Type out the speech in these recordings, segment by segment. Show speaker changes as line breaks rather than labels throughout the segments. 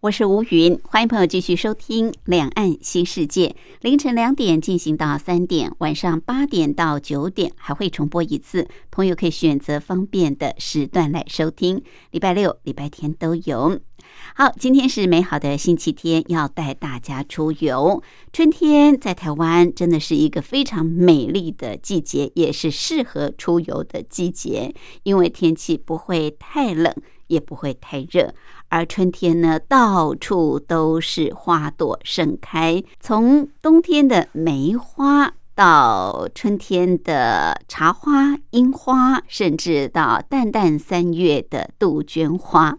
我是吴云，欢迎朋友继续收听《两岸新世界》，凌晨两点进行到三点，晚上八点到九点还会重播一次，朋友可以选择方便的时段来收听，礼拜六、礼拜天都有。好，今天是美好的星期天，要带大家出游。春天在台湾真的是一个非常美丽的季节，也是适合出游的季节，因为天气不会太冷。也不会太热，而春天呢，到处都是花朵盛开。从冬天的梅花到春天的茶花、樱花，甚至到淡淡三月的杜鹃花，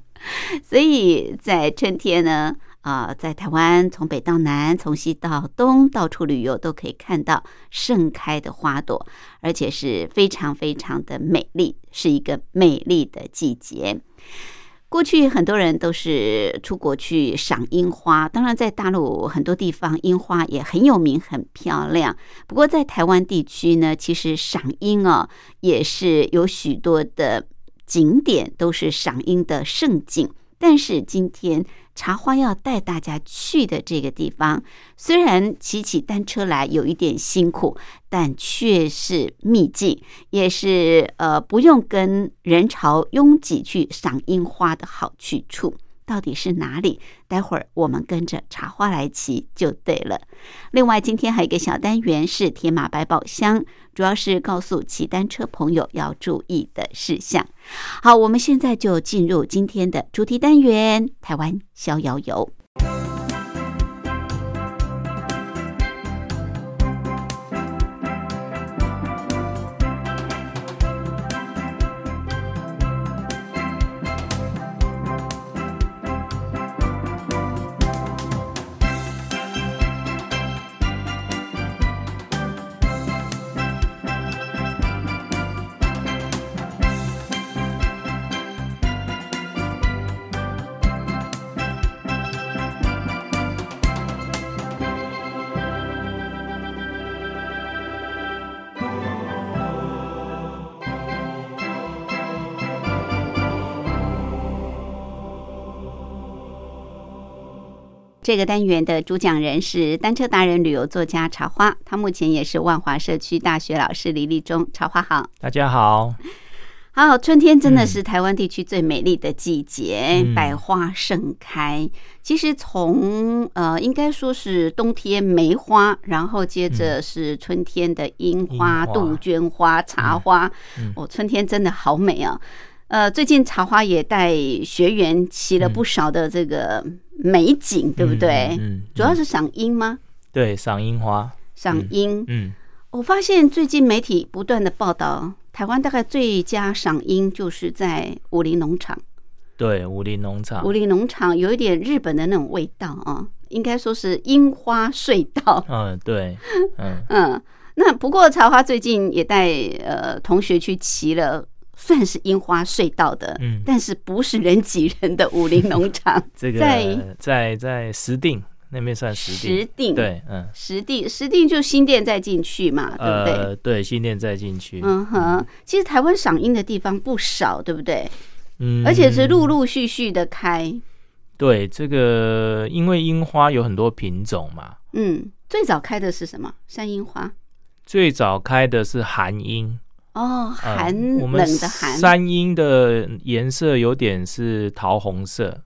所以在春天呢。啊、呃，在台湾从北到南，从西到东，到处旅游都可以看到盛开的花朵，而且是非常非常的美丽，是一个美丽的季节。过去很多人都是出国去赏樱花，当然在大陆很多地方樱花也很有名、很漂亮。不过在台湾地区呢，其实赏樱哦也是有许多的景点都是赏樱的盛景。但是今天茶花要带大家去的这个地方，虽然骑起单车来有一点辛苦，但却是秘境，也是呃不用跟人潮拥挤去赏樱花的好去处。到底是哪里？待会儿我们跟着茶花来骑就对了。另外，今天还有一个小单元是铁马百宝箱，主要是告诉骑单车朋友要注意的事项。好，我们现在就进入今天的主题单元——台湾逍遥游。这个单元的主讲人是单车达人、旅游作家茶花，他目前也是万华社区大学老师李立忠。茶花好，
大家好。
好，春天真的是台湾地区最美丽的季节，
嗯
百花盛开。其实从呃，应该说是冬天梅花，然后接着是春天的樱花、
樱花
杜鹃花、茶花。
嗯
哦，春天真的好美啊！呃，最近茶花也带学员骑了不少的这个美景，对不对？
嗯，嗯
主要
嗯
是赏樱吗？
对赏樱花。
赏樱，
嗯，
我发现最近媒体不断的报道，台湾大概最佳赏樱就是在武林农场。
对，武林农场
武。林农场有一点日本的那种味道啊，应该说是樱花隧道。
嗯，对，嗯，
嗯，那不过茶花最近也带呃同学去骑了。算是樱花隧道的，
嗯，
但是不是人挤人的武林农场
这个
在
在在石定那边算石
石
定。
定，，
对，嗯，
石定，石定就新店再进去嘛，对不对？
呃，对，新店再进去。
嗯哼，其实台湾赏樱的地方不少，对不对？
嗯
而且是陆陆续续的开。
对这个，因为樱花有很多品种嘛，
嗯，最早开的是什么？山樱花。
最早开的是寒樱，
哦，
呃
寒
我
冷
们
的寒。
山樱的颜色有点是桃红色，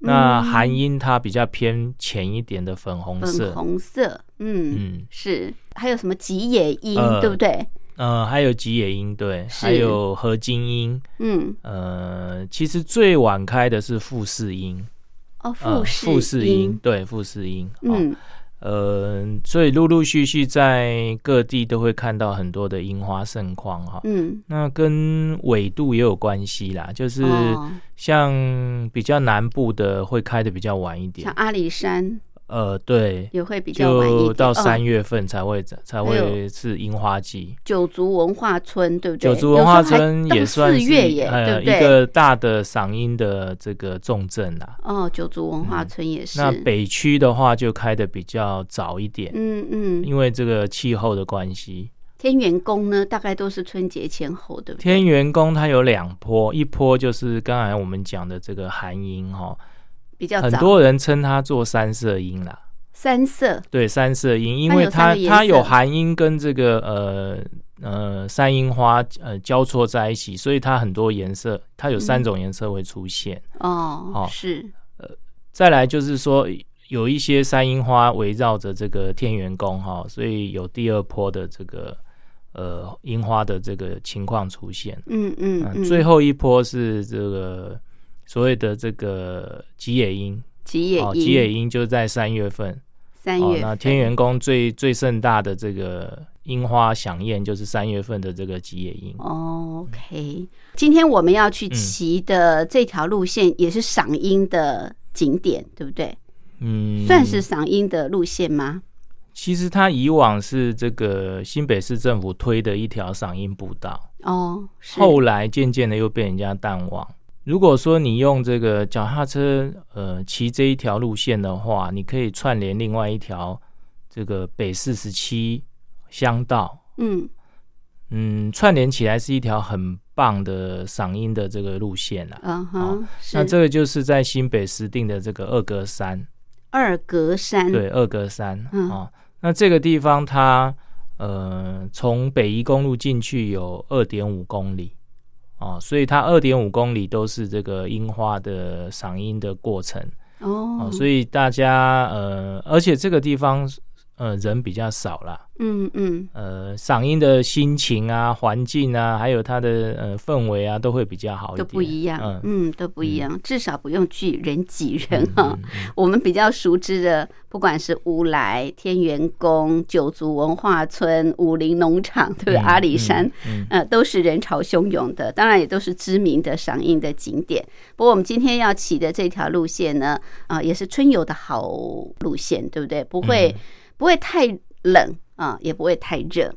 那
嗯
寒樱它比较偏浅一点的粉红色。
粉红色。嗯，
嗯，
是。还有什么吉野樱，
呃
对不对？
呃，还有吉野樱，对，
是
还有合金樱。
嗯，
呃，其实最晚开的是富士樱，
哦，
呃
富士
富士樱
樱。
对，富士樱。哦、
嗯，
呃，所以陆陆续续在各地都会看到很多的樱花盛况哈。
嗯，
那跟纬度也有关系啦，就是
哦
像比较南部的会开的比较晚一点
像，阿里山
呃，对，
也会比较晚一点，
就到
哦
三月份才会、才
哎
会是樱花季。
九族文化村，对不对？
九族文化
有
村
时候还
也
到
算
四
是
月耶，对
呃
不
一
对？
个大的赏樱的这个重镇啦。
哦，九族文化村也是。
嗯那北区的话就开的比较早一点，
嗯嗯，
因为这个气候的关系。
天元宫呢，大概都是春节前后，对不对？
天元宫它有两波，一波就是刚才我们讲的这个寒樱哈，
比较
很
早。
多人称它做三色樱啦。
三色
对，三色樱，因
它
为
有三
它
个颜
它有
色
寒樱跟这个呃呃山樱花呃交错在一起，所以它很多颜色，它有三
嗯
种颜色会出现。
哦，
哦
是
再来就是说，有一些山樱花围绕着这个天元宫哈，所以有第二波的这个呃樱花的这个情况出现。
嗯嗯
嗯，
嗯。
最后一波是这个所谓的这个吉野樱，哦
吉野樱，
吉野樱就在三月份。
三月份、
那天元宫最最盛大的这个樱花响宴就是三月份的这个吉野樱。
哦 OK，今天我们要去
嗯
骑的这条路线也是赏樱的景点，对不对？
嗯，
算是赏樱的路线吗？
其实它以往是这个新北市政府推的一条赏樱步道。
哦，是
后来渐渐的又被人家淡忘。如果说你用这个脚踏车，呃，骑这一条路线的话，你可以串联另外一条这个北四十七乡道，
嗯
嗯，串联起来是一条很棒的赏樱的这个路线啊啦。
嗯哼，是
那这个就是在新北市定的这个二格山，
二格山，
对，二格山啊、
嗯
哦那这个地方它呃，从北宜公路进去有二点五公里哦，所以它二点五公里都是这个樱花的赏樱的过程
哦
哦，，所以大家呃，而且这个地方呃人比较少啦，
嗯嗯，
呃，赏樱的心情啊、环境啊，还有它的呃氛围啊，都会比较好一
都
点，
不一样，
嗯。
嗯都不一
嗯
样，至少不用去人挤人
嗯
哈、
嗯嗯
我们比较熟知的，不管是乌来、天元宫、九族文化村、武林农场，对不对？
嗯
阿里山，
嗯
呃，都是人潮汹涌的，当然也都是知名的赏樱的景点。不过我们今天要骑的这条路线呢，啊、也是春游的好路线，对不对？不会、
嗯
不会太冷啊、也不会太热。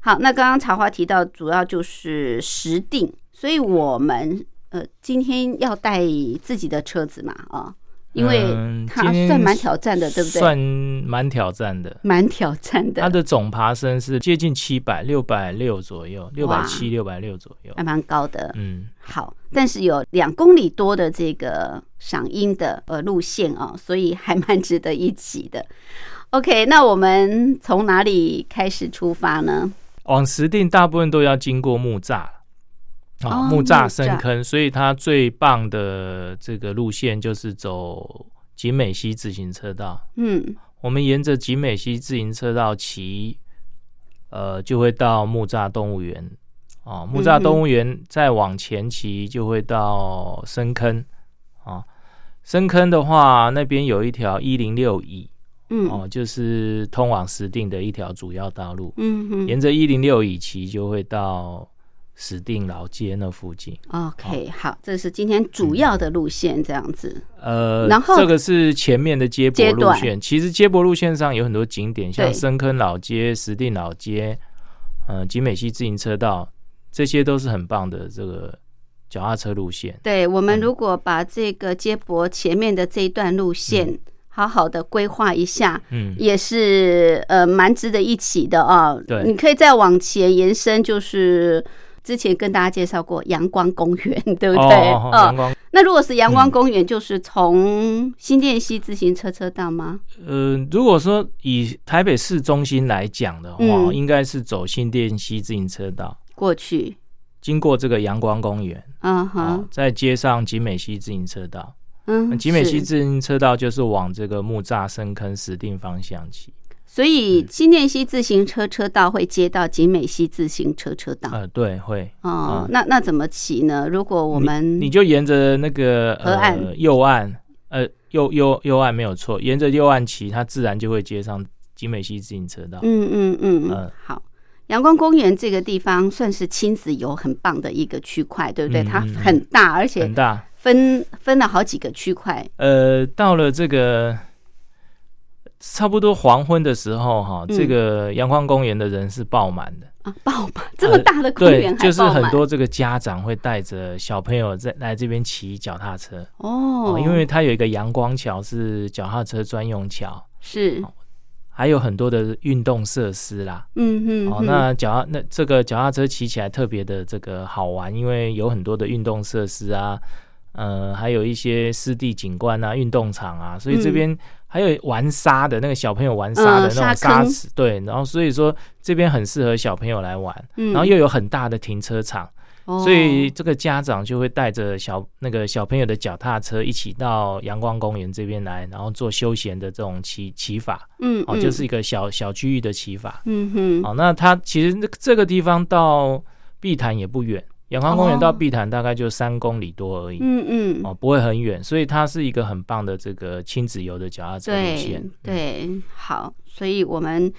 好，那刚刚茶花提到，主要就是时定，所以我们呃今天要带自己的车子嘛，啊、因为
嗯
它
今天
算蛮挑战的，对不对？
算蛮挑战的，
蛮挑战
它
的，
的总爬升是接近七百，六百六左右，六
哇
百七、六百六左右
还。蛮高的。
嗯，
好，但是有两公里多的这个赏樱的呃路线哦，所以还蛮值得一骑的。OK，那我们从哪里开始出发呢？
往石定大部分都要经过木栅了
哦
啊，木栅
木
深
栅
坑，所以它最棒的这个路线就是走景美溪自行车道。
嗯，
我们沿着景美溪自行车道骑，呃，就会到木栅动物园。哦，木栅动物园再往前骑就会到深坑。哦，深坑的话，那边有一条一零六乙，
嗯
哦，就是通往石定的一条主要道路。
嗯嗯
沿着一零六乙骑就会到石定老街那附近。
，OK，好，这是今天主要的路线，这样子。
呃，
然后
这个是前面的接驳
阶
路
段
线。其实接驳路线上有很多景点，像
对
深坑老街、石定老街，呃，景美溪自行车道，这些都是很棒的这个脚踏车路线。
对，我们
嗯
如果把这个接驳前面的这一段路线好好的规划一下，
嗯，
也是呃蛮值得一起的哦。
对
你可以再往前延伸，就是之前跟大家介绍过阳光公园，对不对？呃
哦，阳光，嗯
那如果是阳光公园，就是从新店溪自行车车道吗？
呃，如果说以台北市中心来讲的话，
嗯
应该是走新店溪自行车道，
过去，
经过这个阳光公园，
嗯
啊，
哼，
再接上景美溪自行车道。那
嗯，
景美溪
是
自行车道就是往这个木栅、深坑、石定方向骑。
所以
嗯
新店溪自行车车道会接到景美溪自行车车道。
呃，对，会。
哦
嗯，
那那怎么骑呢？如果我们
你就沿着那个
河岸
呃、右岸，呃，右右右岸没有错，沿着右岸骑，它自然就会接上景美溪自行车道。
嗯嗯嗯嗯
哦嗯，
好。阳光公园这个地方算是亲子游很棒的一个区块，对不对？
嗯
它
嗯嗯
很大，而且
很大。
分分了好几个区块。
呃，到了这个差不多黄昏的时候，哈、
嗯
这个阳光公园的人是爆满的。
啊，爆满！这么大的公
对
园，还
就是
爆满
很多这个家长会带着小朋友在来这边骑脚踏车、
哦
哦，，因为它有一个阳光桥是脚踏车专用桥，
是
还有很多的运动设施啦。
嗯嗯
哦，那脚踏那这个脚踏车骑起来特别的这个好玩，因为有很多的运动设施啊，呃，还有一些湿地景观啊、运动场啊，所以这边还有玩沙的那个小朋友玩沙
嗯
的那种
沙
沙
坑
池，对，然后所以说这边很适合小朋友来玩，
嗯
然后又有很大的停车场，
哦
所以这个家长就会带着小那个小朋友的脚踏车一起到阳光公园这边来，然后做休闲的这种骑骑法，
嗯
哦，就是一个小小区域的骑法。
嗯哼
好，那它其实那个这个地方到碧潭也不远，阳光公园
哦
到碧潭大概就三公里多而已，
嗯嗯
哦，不会很远，所以它是一个很棒的这个亲子游的脚踏车路
对
线。嗯，
对好，所以我们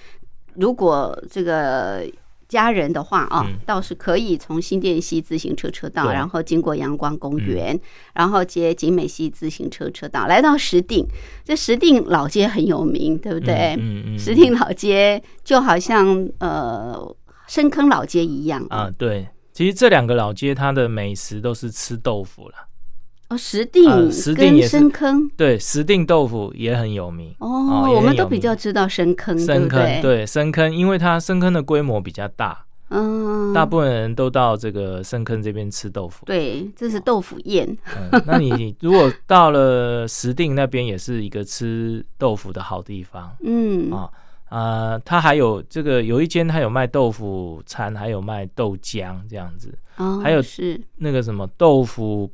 如果这个。家人的话啊，
嗯
倒是可以从新店溪自行车车道，
对嗯
然后经过阳光公园，然后接景美溪自行车车道，来到石碇。这石碇老街很有名，对不对？
嗯嗯，
石碇老街就好像呃深坑老街一样
啊，对。其实这两个老街，它的美食都是吃豆腐啦。
哦，石碇
呃石碇
跟
也是
深坑
对，石定豆腐也很有名。
哦，
也
我们
很
都
有
比
名
较知道深坑，对不
深坑对深坑，因为它深坑的规模比较大，
嗯，
大部分人都到这个深坑这边吃豆腐。
对，这是豆腐宴，
嗯，那你如果到了石定那边，也是一个吃豆腐的好地方
嗯，
啊。呃，它还有这个有一间，它有卖豆腐餐，还有卖豆浆这样子，
哦，
还有
是
那个什么豆腐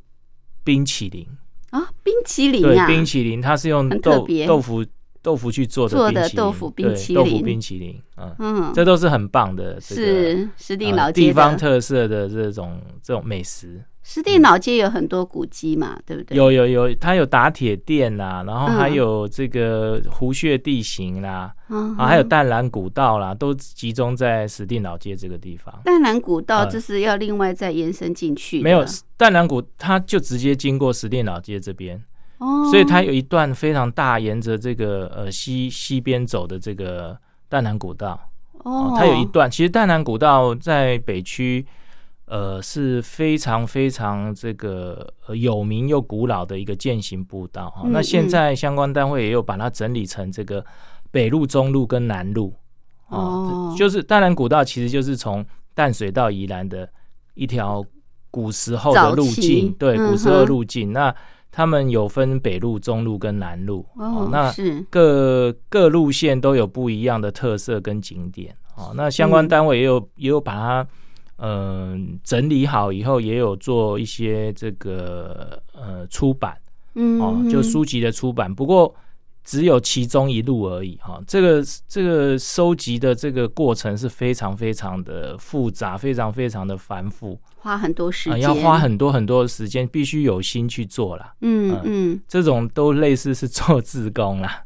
冰淇淋，
啊，冰淇淋
对，
啊，
冰淇淋它是用
很特
豆
别
豆腐豆腐去做
做的
的冰淇淋，
豆腐冰
对
淇
豆
淋
腐冰淇淋，嗯，
嗯，
这都是很棒的，这个、
是石碇
呃
老街
地方
的，
特色的这种这种美食。
石碇老街有很多古迹嘛，对不对？
有有有，它有打铁店啦，然后还
嗯
有这个湖穴地形啦，
嗯
啊，还有
哼
淡蓝古道啦，都集中在石碇老街这个地方。
淡蓝古道，
呃
这是要另外再延伸进去的，
没有淡蓝古，它就直接经过石碇老街这边，
哦，
所以它有一段非常大，沿着这个呃西西边走的这个淡蓝古道。
哦，
它有一段，其实淡南古道在北区，呃，是非常非常这个、呃、有名又古老的一个践行步道哈、
嗯
那现
嗯
在相关单位也有把它整理成这个北路、中路跟南路
哦
就是淡南古道其实就是从淡水到宜兰的一条古时候
早
的路
期
径，对，古时候
嗯
的
哼
路径。那他们有分北路、中路跟南路
哦，
那
是
各各路线都有不一样的特色跟景点哦。那相关
嗯
单位也有、也有把它嗯、整理好以后，也有做一些这个呃出版
嗯
哦，
哼
就书籍的出版。不过只有其中一路而已哈、哦。这个这个收集的这个过程是非常非常的复杂，非常非常的繁复，
花很多时
啊，
间，
要花很多很多的时间，必须有心去做啦。
嗯
嗯
嗯
这种都类似是做自 工啦。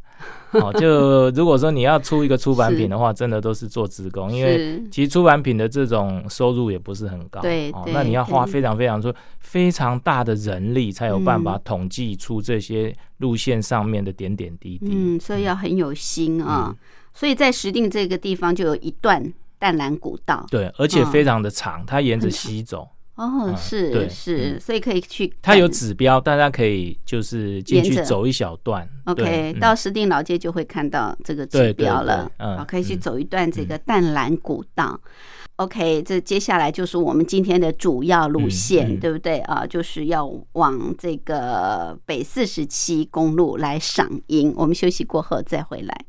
哦，就如果说你要出一个出版
是
品的话，真的都是做自工，因为
是
其实出版品的这种收入也不是很高。
对
哦
对，
那你要花
对
非常非常说非常大的人力，才有办法
嗯
统计出这些路线上面的点点滴滴。
嗯，所以要很有心啊、
嗯
所以在石碇这个地方就有一段淡蓝古道
对，而且
嗯
非常的长，它沿着
很长
西走，
哦，
嗯
是
对
是，
嗯
所以可以去
它有
看
指标，大家可以就是进
沿
去
着
走一小段。对
OK，
嗯
到石碇老街就会看到这个
对
指
对
标
对
了，
嗯
好可以去
嗯
走一段这个淡蓝古道。OK，这接下来就是我们今天的主要路线，
嗯嗯
对不对啊？就是要往这个北四十七公路来赏樱。我们休息过后再回来。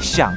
想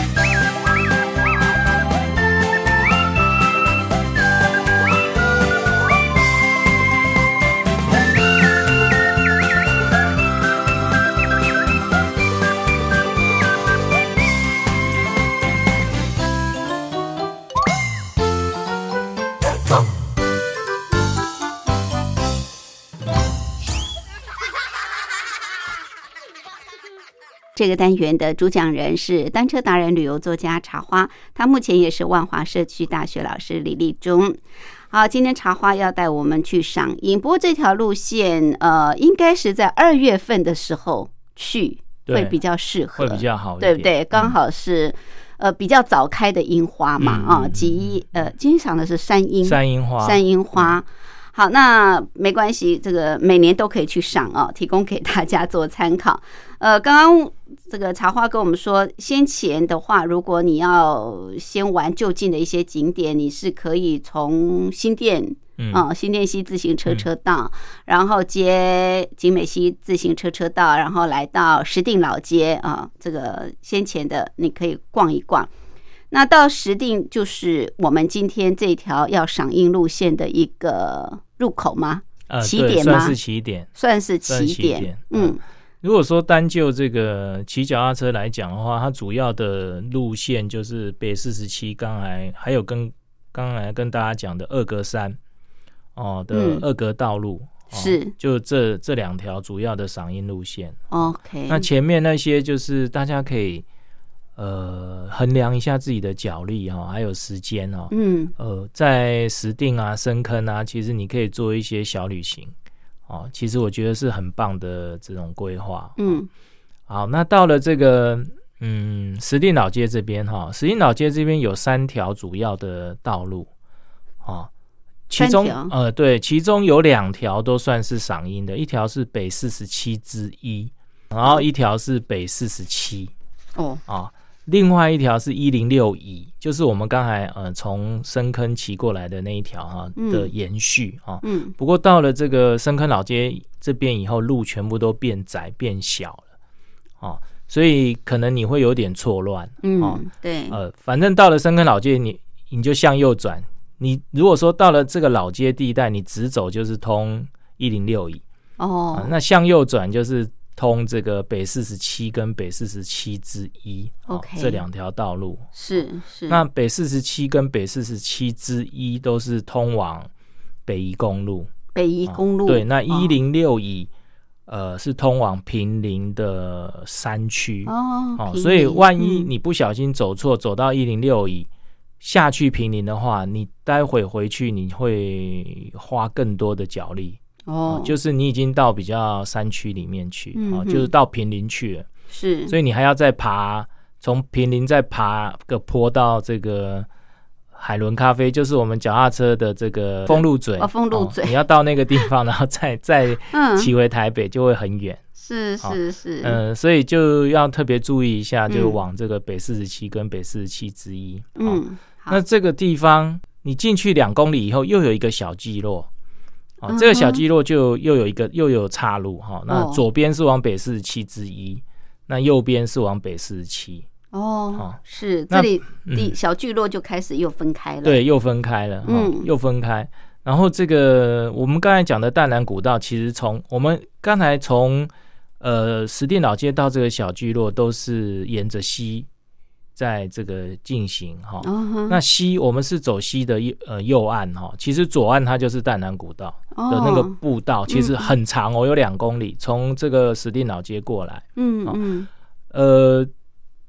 这个单元的主讲人是单车达人、旅游作家茶花，他目前也是万华社区大学老师李立忠。好，今天茶花要带我们去赏樱，不过这条路线呃，应该是在二月份的时候去会
对
比较适合，
会比较好一
对
点，
不对？刚
嗯
好是、呃比较早开的樱花嘛，
嗯
啊、
嗯
吉呃，今天赏的是山樱，
山樱花，
山樱花。好，那没关系，这个每年都可以去赏哦，提供给大家做参考。 呃，刚刚这个茶花跟我们说，先前的话，如果你要先玩就近的一些景点，你是可以从新店
嗯
嗯，新店溪自行车车道，然后接景美溪自行车车道，然后来到石碇老街啊、这个先前的你可以逛一逛。那到石碇就是我们今天这条要赏樱路线的一个入口吗？
呃
起
对
点
算
吗
是起点。
算是
算
起
起
点，
点
嗯，
如果说单就这个骑脚踏车来讲的话，它主要的路线就是北四十七，刚才还有跟刚才跟大家讲的二格山哦的
嗯
二格道路。哦
是
就这这两条主要的赏樱路线。
，OK，
那前面那些就是大家可以呃衡量一下自己的脚力哈、哦，还有时间哦。
嗯
呃，在石定啊、深坑啊，其实你可以做一些小旅行哦。其实我觉得是很棒的这种规划。
嗯
好，那到了这个嗯石碇老街这边哈，石碇老街这边有三条主要的道路哦，其中
三条
呃对，其中有两条都算是赏樱的，一条是北四十七之一，然后一条是北四十七
哦，
啊。另外一条是一零六一，就是我们刚才呃从深坑骑过来的那一条哈、
嗯
的延续啊，
嗯
不过到了这个深坑老街这边以后，路全部都变窄变小了，哦，所以可能你会有点错乱。哦
嗯，对，
呃，反正到了深坑老街，你你就向右转。你如果说到了这个老街地带，你直走就是通一零六一，啊
哦，
那向右转就是通这个北四十七跟北四十七之一哦
OK 嗯
这两条道路。
是是，
那北四十七跟北四十七之一都是通往北宜公路。
北宜
啊
公路，
对，那
哦
一零六乙，呃，是通往平陵的山区
哦，平
所以
林
万一
嗯
你不小心走错，走到一零六乙下去平陵的话，你待会回去你会花更多的脚力、啊
哦，
就是你已经到比较山区里面去
嗯
啊，
哼
就是到平陵去了，
是，
所以你还要再爬从平陵再爬个坡到这个。海伦咖啡就是我们脚踏车的这个封路嘴
哦封路嘴
你要到那个地方，然后再再
嗯，
骑回台北就会很远，
是
好
是是，
嗯、所以就要特别注意一下，
嗯
就往这个北四十七跟北四十七之一。哦，
嗯，好
那这个地方你进去两公里以后，又有一个小聚落。哦，这个小聚落就又有一个又有岔路哈、哦，那
嗯哦
左边是往北四十七之一，那右边是往北四十七，
哦
好，
是这
那
里
嗯
地小聚落就开始又分开了，，
对，又分开了，哦
嗯，
又分开。然后这个我们刚才讲的淡蓝古道，其实从我们刚才从呃石碇老街到这个小聚落，都是沿着西在这个进行哈。
哦哼
那西我们是走西的右呃右岸哈，其实左岸它就是淡蓝古道的那个
哦
步道，其实很长哦，有两公里，从这个石碇老街过来。
嗯
哦
嗯
呃，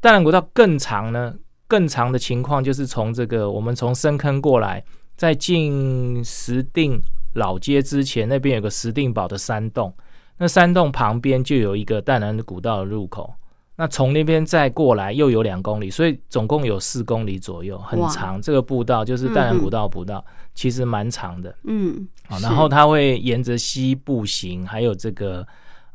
淡蓝古道更长呢，更长的情况就是从这个我们从深坑过来，在进石碇老街之前，那边有个石碇堡的山洞，那山洞旁边就有一个淡蓝古道的入口。那从那边再过来又有两公里，所以总共有四公里左右，很
哇
长。这个步道就是淡蓝古道步道，其实蛮长的。
嗯
啊，
是
然后它会沿着西步行，还有这个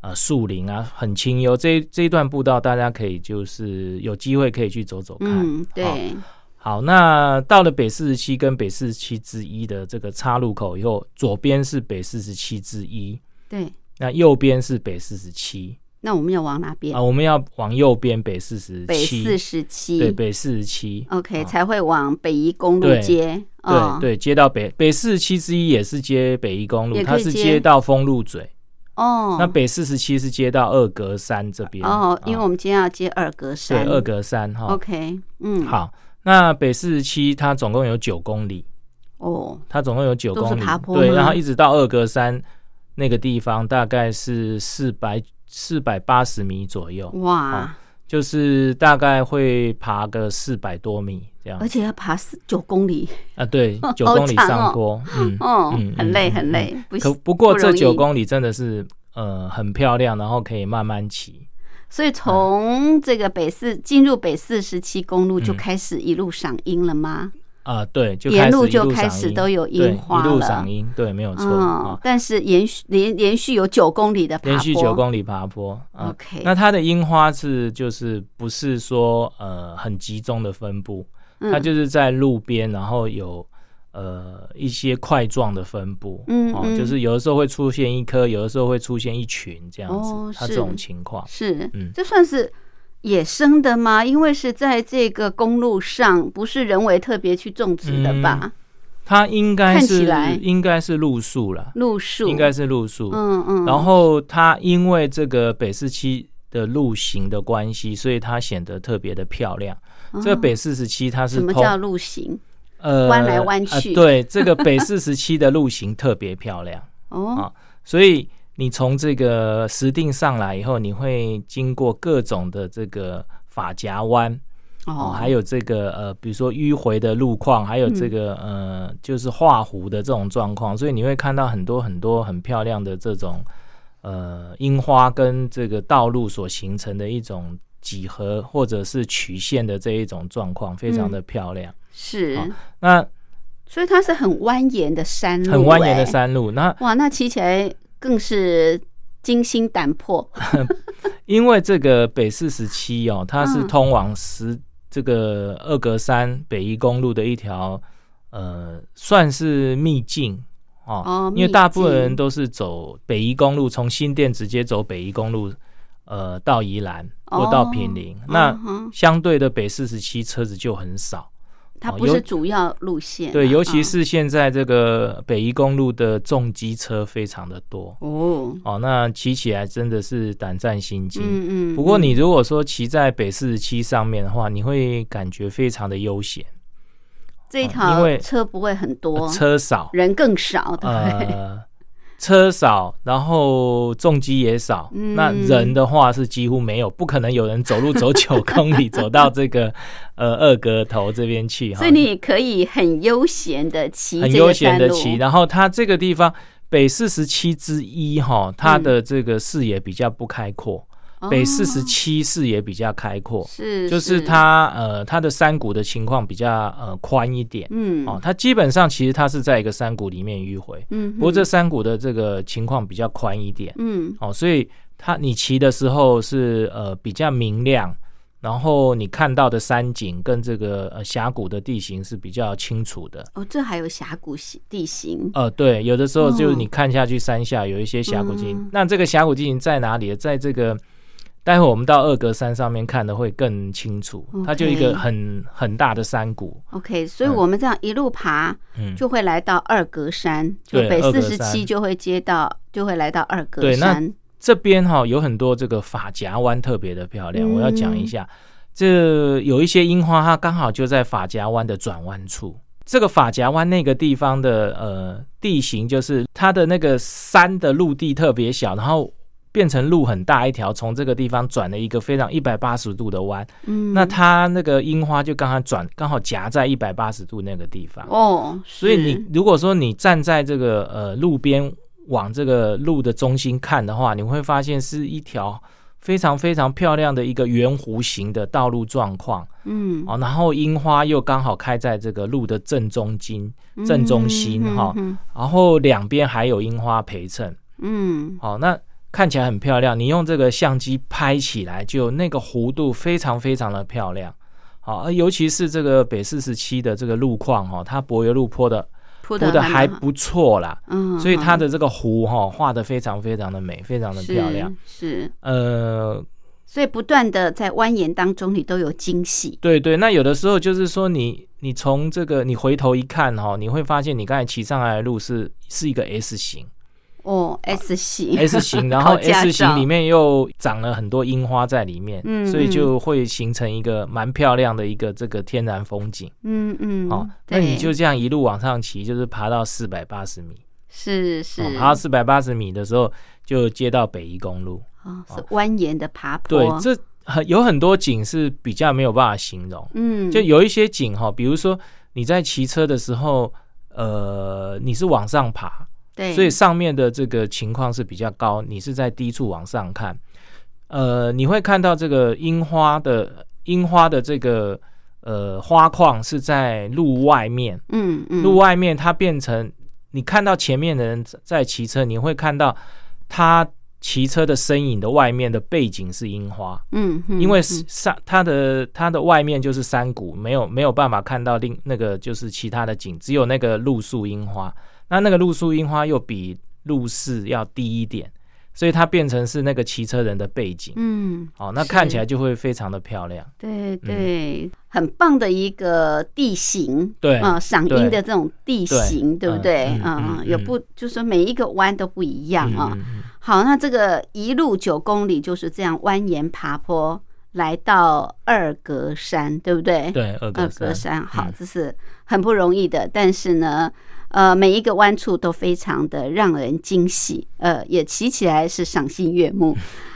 呃树林啊，很清幽。这这一段步道大家可以就是有机会可以去走走看。
嗯，
好
对，
好，那到了北四十七跟北四十七之一的这个岔路口以后，左边是北四十七之一，
对。
那右边是北四十七
那我们要往哪边？
啊，我们要往右边北四十
嗯北四
七，
十七，
对，北四十七。
OK，、
啊
才会往北宜公路
对
街。
对
哦、
对，接到北北四十七之一也是接北宜
也
公路，
可以
它是
接
接到丰路嘴。
哦，
那北四十七是接到二格山这边。
哦
啊，
因为我们今天要接二格
对
山，
二格山哈。
OK，嗯，，
好，那北四十七它总共有九公里，
哦，
它总共有九
都是
公里
爬，坡
对，
吗
然后一直到二格山那个地方，大概是四百四百八十米左右，
嗯哇，
就是大概会爬个四百多米这样
而且要爬四九公里，，
啊，对 九
好
公里
长
上
哦
坡， 嗯，
哦，
嗯
很累
嗯
很累，不
可
行。
不过这
容易
九公里真的是呃很漂亮，然后可以慢慢骑，
所以从这个北四进入北四十七公路就
嗯
开始一路赏樱了吗？
啊，对，就
沿
开始
路
一
就
路
开
赏
始
樱
都有
对
樱花
一路
了
赏樱，对，没有错
嗯
啊，，
但是连续连连续有九公里的爬坡，
连续九公里爬坡啊。
OK，
那它的樱花是就是不是说呃很集中的分布，它
嗯
就是在路边，然后有呃一些块状的分布，
嗯
哦
嗯，
就是有的时候会出现一颗，有的时候会出现一群这样子，
哦
它
是
这种情况。
是，
嗯
这算是野生的吗？因为是在这个公路上，不是人为特别去种植的
嗯
吧？
它应该
看起
是
来
应该是露宿啦，
路树
应该是露宿。
嗯嗯，
然后它因为这个北四七的路型的关系，所以它显得特别的漂亮。这个北四十七它是
哦什么
通
叫路行？
呃
弯来弯去
呃对，这个北四十七的路型特别漂亮，
哦
啊，所以你从这个石定上来以后，你会经过各种的这个法夹弯哦，还
有
有这个呃，比如说迂回的路况，还有这个、呃，就是画弧的这种状况，所以你会看到很多很多很漂亮的这种呃樱花跟这个道路所形成的一种。几何或者是曲线的这一种状况，非常的漂亮。
是
哦，那
所以它是很蜿蜒的山路，
很蜿蜒的
哎，
山路。那
哇，那骑起来更是惊心胆魄。
因为这个北四十七哦，它是
嗯
通往十、这个二格山北宜公路的一条呃，算是秘境哦。
哦
因为大部分
秘境
人都是走北宜公路，从新店直接走北宜公路，呃，到宜兰
哦
或到平林。
嗯
那
哼
相对的北四十七车子就很少。
它
哦
不是
尤
主要路线啊，
对，尤其
嗯
是现在这个北宜公路的重机车非常的多
哦，
哦，那骑起来真的是胆战心惊。
嗯嗯，
不过
嗯
你如果说骑在北四十七上面的话，你会感觉非常的悠闲，
这一
啊因
条
为呃
车不会很多，
车少，
人更少，对不对，
呃，车少，然后重机也少。
嗯
那人的话是几乎没有，不可能有人走路 走九公里走到这个呃二格头这边去哈。
所以你也可以很悠闲的骑，
很悠闲的骑，，然后它这个地方北四十七之一哈，它的这个视野比较不开阔，北四
嗯
十
哦
七视野比较开阔。
是
就是，它呃它的山谷的情况比较呃宽一点、
嗯，
哦，它基本上其实它是在一个山谷里面迂回，
嗯哼，
不过这山谷的这个情况比较宽一点
嗯
哦，所以它你骑的时候是呃比较明亮。然后你看到的山景跟这个呃峡谷的地形是比较清楚的，
哦，这还有峡谷形地形，
呃，对，有的时候就是
嗯
你看下去山下有一些峡谷地形，
嗯
那这个峡谷地形在哪里？在这个待会我们到二格山上面看的会更清楚
OK
它就一个很很大的山谷，
OK，所以我们这样一路爬，
嗯，
就会来到二格山，就
对
北
二
四
格
十七
山
就会接到，就会来到二格
对那
山。
这边哈、有很多这个法夹湾特别的漂亮，
嗯
我要讲一下，这有一些樱花它刚好就在法夹湾的转弯处。这个法夹湾那个地方的呃地形，就是它的那个山的陆地特别小，然后变成路很大一条，从这个地方转了一个非常一百八十度的弯。
嗯，
那它那个樱花就刚好转，刚好夹在一百八十度那个地方。
哦，
所以
是
你如果说你站在这个呃路边往这个路的中心看的话，你会发现是一条非常非常漂亮的一个圆弧形的道路状况
嗯
哦，然后樱花又刚好开在这个路的正中间，正中心哈
嗯
然后两边还有樱花陪衬
嗯，
哦，那看起来很漂亮，你用这个相机拍起来，就那个弧度非常非常的漂亮。好、而尤其是这个北四十七的这个路况哦，它柏油路坡的
铺
铺
的
的还，不错啦，
嗯，
所以它
嗯
的这个湖哈、哦、画的非常非常的美，非常的漂亮。
是，是
呃，
所以不断的在蜿蜒当中，你都有惊喜，
对对，那有的时候就是说你你从这个你回头一看哈、哦，你会发现你刚才骑上来的路是是一个 S 型
哦，S
啊
型
，S 型，然后
考驾
S
照
型里面又长了很多樱花在里面，
嗯
所以就会形成一个蛮漂亮的一个这个天然风景。
嗯嗯，
哦，那
对
你就这样一路往上骑，就是爬到四百八十米。
是是，
哦，爬到四百八十米的时候，就接到北宜公路。
哦是蜿蜒的爬坡，
对，这很有很多景是比较没有办法形容。
嗯，
就有一些景哈，比如说你在骑车的时候，呃，你是往上爬，
对，
所以上面的这个情况是比较高，你是在低处往上看，呃，你会看到这个樱花的樱花的这个呃花况是在路外面，
嗯嗯，
路外面它变成你看到前面的人在在骑车，你会看到他骑车的身影的外面的背景是樱花，
嗯，嗯，
因为
嗯
山它的它的外面就是山谷，没有没有办法看到另那个就是其他的景，只有那个露宿樱花。那那个露宿樱花又比露市要低一点，所以它变成是那个骑车人的背景。
嗯，
哦，那
是
看起来就会非常的漂亮。
对对，很棒的一个地形。
对，
啊，赏
对
樱的这种地形，对
对
不对？
嗯嗯
啊，
嗯
有
嗯
不就是说每一个弯都不一样啊。
嗯嗯
好，那这个一路九公里就是这样蜿蜒爬坡，来到二格山，对不对？
嗯对，二
二格
格山，
山，好
嗯，
这是很不容易的，但是呢，呃，每一个弯处都非常的让人惊喜，呃，也骑起来是赏心悦目。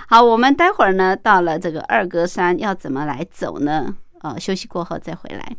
好，我们待会儿呢，到了这个二格山要怎么来走呢？呃，休息过后再回来。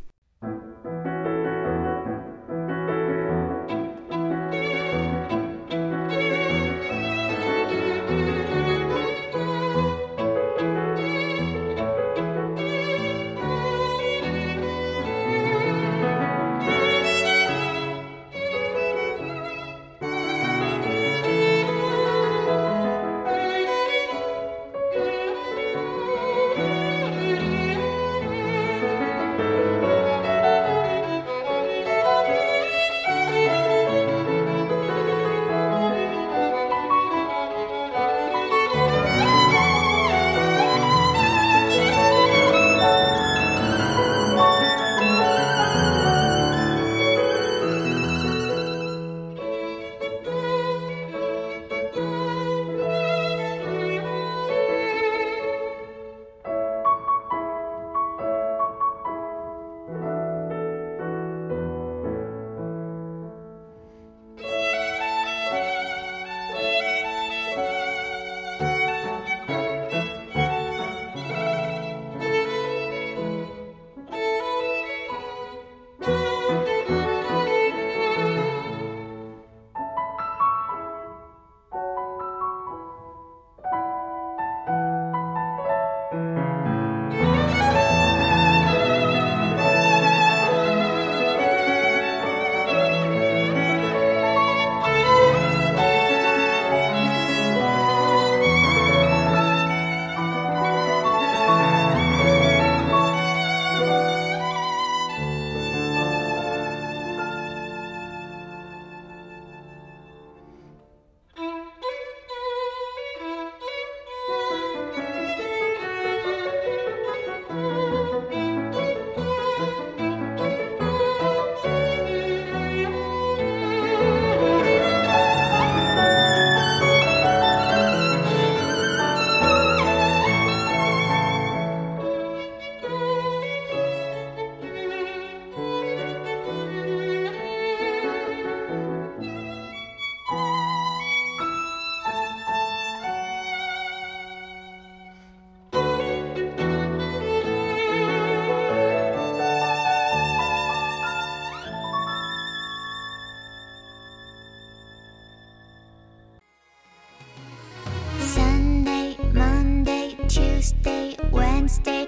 Sunday, Monday, Tuesday, Wednesday,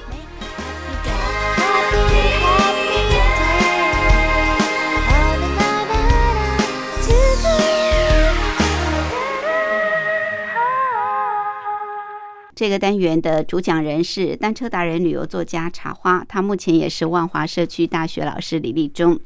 Happy, happy day. All the night to the end.
这个单元的主讲人是单车达人、旅游作家茶花，他目前也是万华社区大学老师李立忠。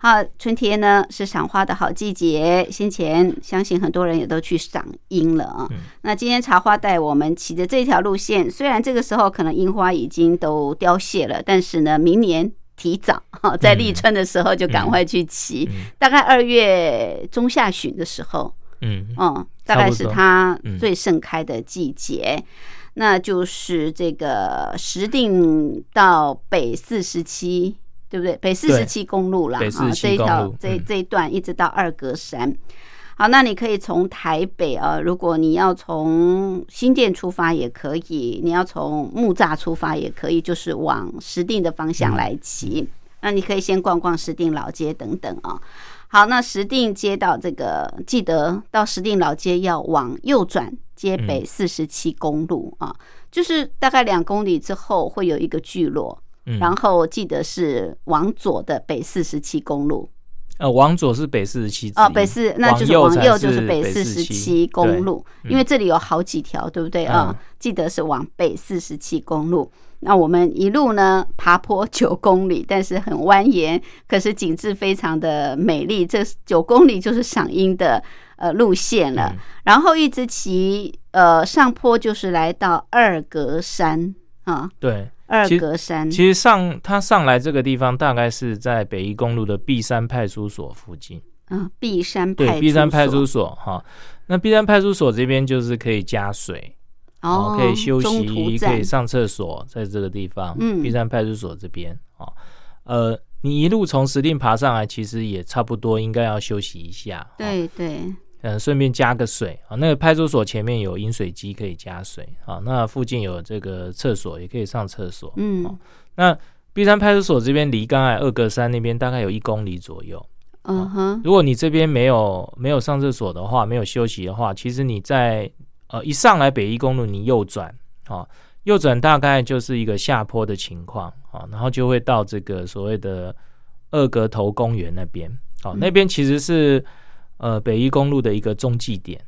好，春天呢是赏花的好季节，先前相信很多人也都去赏樱了啊。
嗯
那今天茶花带我们骑的这条路线，虽然这个时候可能樱花已经都凋谢了，但是呢，明年。提早哈，在立春的时候就赶快去骑，
嗯
大概二月中下旬的时候，
嗯，
嗯，大
差
概
不
是
多
它
嗯
最盛开的季节。那就是这个石定到北四十七，对不对？北四十七公路啦，
北
啊，
47
这一条
公路
这
嗯
这一段一直到二格山。好，那你可以从台北啊，如果你要从新店出发也可以，你要从木栅出发也可以，就是往石定的方
嗯
向来骑。那你可以先逛逛石定老街等等啊。好，那石定街道这个记得到石定老街要往右转，街北四十七公路啊，就是大概两公里之后会有一个聚落，
嗯
然后记得是往左的北四十七公路
呃，往左是北四十七之
哦，
一
北四那就是
往
往右
才
就是
北
四十七
47
公，路，
对嗯
因为这里有好几条，对不对啊
嗯？
记得是往北四十七公路。那我们一路呢爬坡九公里，但是很蜿蜒，可是景致非常的美丽。这九公里就是赏樱的呃路线
嗯
了。然后一直骑呃上坡，就是来到二格山啊，
对。
二
其实
格山。
其实上他上来这个地方，大概是在北宜公路的碧山派出所附近。
嗯，碧山派出
对，
所
碧山派出所哈，那碧山派出所这边就是可以加水，
哦，
可以休
中途
息，可
站
以上厕所，在这个地方，
嗯
碧山派出所这边哦，呃，你一路从石定爬上来，其实也差不多应该要休息一下，哦，
对对，
嗯，顺便加个水啊。那个派出所前面有饮水机可以加水啊，那附近有这个厕所也可以上厕所。
嗯
哦那碧山派出所这边离刚才二格山那边大概有一公里左右。
嗯哼，
如果你这边没有没有上厕所的话，没有休息的话，其实你在呃一上来北一公路，你右转啊、哦，右转大概就是一个下坡的情况啊、哦，然后就会到这个所谓的二格头公园那边。哦，
嗯
那边其实是呃北一公路的一个中继点，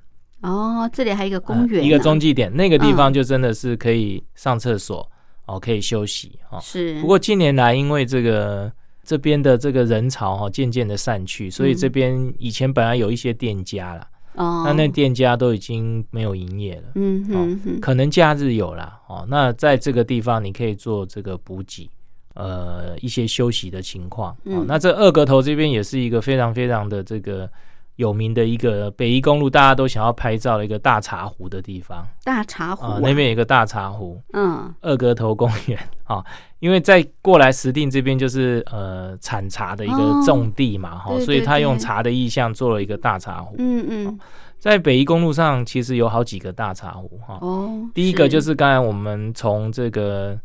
哦，这里还有一个
呃
公园呢，啊
一个中继点，那个地方就真的是可以上厕所、哦，可以休息哦。
是，
不过近年来，因为这个这边的这个人潮哈、渐渐的散去，所以
嗯
这边以前本来有一些店家啦，
哦，
那那店家都已经没有营业了，
嗯哼哼，
可能假日有啦哦。那在这个地方，你可以做这个补给，呃，一些休息的情况。哦
嗯，
那这二格头这边也是一个非常非常的这个。有名的一个北宜公路，大家都想要拍照的一个大茶壶的地方
大茶壶
啊、
啊
那边有一个大茶壶，
嗯
二格头公园 啊、因为在过来石定这边就是呃产茶的一
哦
个种地嘛，哈、
对
所以
对
他用
对
茶的意象做了一个大茶壶。
嗯嗯，
在北宜公路上其实有好几个大茶壶哈、
哦，
第一个就是刚才我们从这个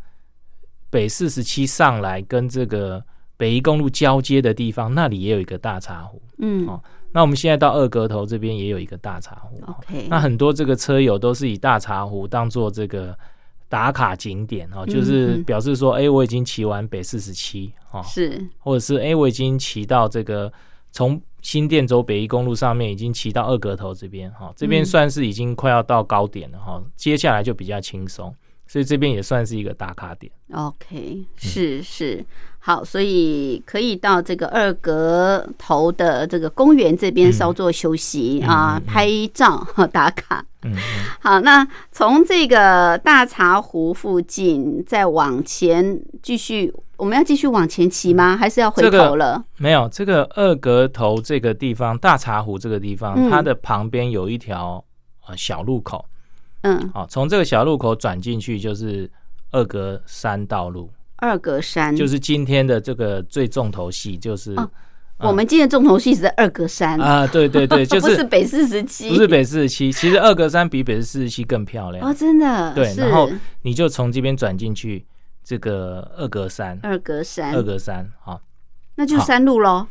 北四十七上来跟这个北宜公路交接的地方，那里也有一个大茶壶。
嗯
哦那我们现在到二格头这边也有一个大茶壶。哈
，OK，
那很多这个车友都是以大茶壶当做这个打卡景点哦，
嗯
就是
嗯
表示说，哎、我已经骑完北四十七哦，
是，
或者是哎、我已经骑到这个从新店走北宜公路上面，已经骑到二格头这边哈、哦，这边
嗯
算是已经快要到高点了哈、哦，接下来就比较轻松，所以这边也算是一个打卡点。
OK，是
嗯
是，好，所以可以到这个二格头的这个公园这边稍作休息、
嗯
啊
嗯，嗯
拍照和打卡。
嗯嗯
好，那从这个大茶壶附近再往前继续，我们要继续往前骑吗？还是要回
嗯这个
头了？
没有这个二格头这个地方，大茶壶这个地方，
嗯
它的旁边有一条呃小路口。
嗯，
好，从这个小路口转进去就是二格山道路，
二格山
就是今天的这个最重头戏，就是
哦我们今天重头戏是在二格山，
啊，对对 对，就
不是
是
北四十七，
不是北四十七，其实二格山比北四十七更漂
哦，
亮。
真的
对，
是
然后你就从这边转进去，这个二格山，
二格山，
二格山啊，
那就是
好
山路喽。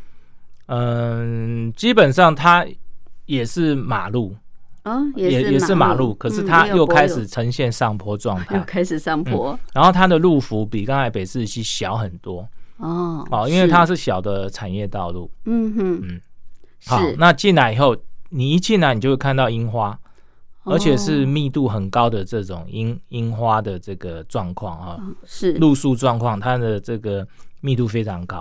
嗯，基本上它也是马路，
嗯，
也
是
是马路，可是
嗯
它
也有
又
柏
开
油
始啊呈现上坡状 态
又，开始上坡
然后它的路幅比刚才北市区小很多
哦
哦，因为它是小的产业道路。
嗯哼
嗯，好
是，
那进来以后，你一进来你就会看到樱花，而且是
哦
密度很高的这种樱樱花的这个状况啊，
是
路树状况，它的这个密度非常高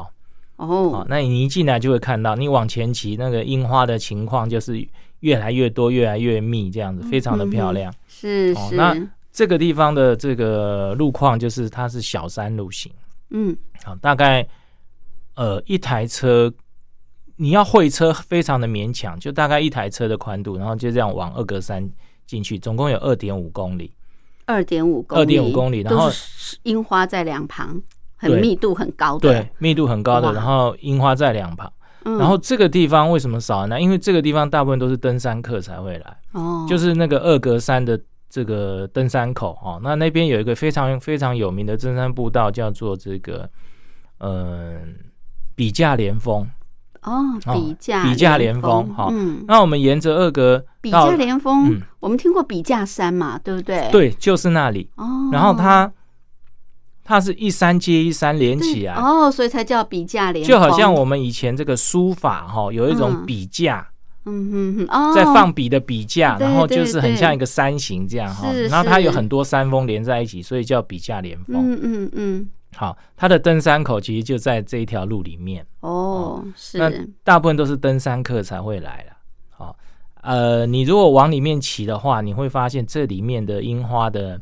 啊、
哦
那你一进来就会看到，你往前骑那个樱花的情况就是越来越多，越来越密，这样子非
嗯
常的漂亮。
是
哦
是
那这个地方的这个路况就是它是小山路型
嗯
啊、大概呃一台车。你要会车非常的勉强，就大概一台车的宽度，然后就这样往二格山进去，总共有二点五公里。
二点五公里
2.5公里然
都
后
是樱花在两旁，很
对
密度很高的
对，密度很高的，
哇
然后樱花在两旁。
嗯
然后这个地方为什么少人来？因为这个地方大部分都是登山客才会来，
哦
就是那个二格山的这个登山口哦。那那边有一个非常非常有名的登山步道，叫做这个嗯、呃笔架连峰。
哦
哦
比价
比价
连
连峰好
嗯
那我们沿着二格
比
到
价连峰
嗯，
我们听过比价山嘛，对不对？
对，就是那里。
哦，
然后它它是一山接一山连
对
起来，啊
哦，所以才叫比价连峰，
就好像我们以前这个书法哈、有一
嗯
种笔架。
嗯嗯嗯哦，
在放笔的笔架，
对
然后就是
对
很
对
像一个山形这样哈
是。
然后它
是
有很多山峰连在一起，所以叫笔架连峰。
嗯嗯嗯
好，它的登山口其实就在这一条路里面，
哦
那
是
大部分都是登山客才会来了。好，呃，你如果往里面骑的话，你会发现这里面的樱花的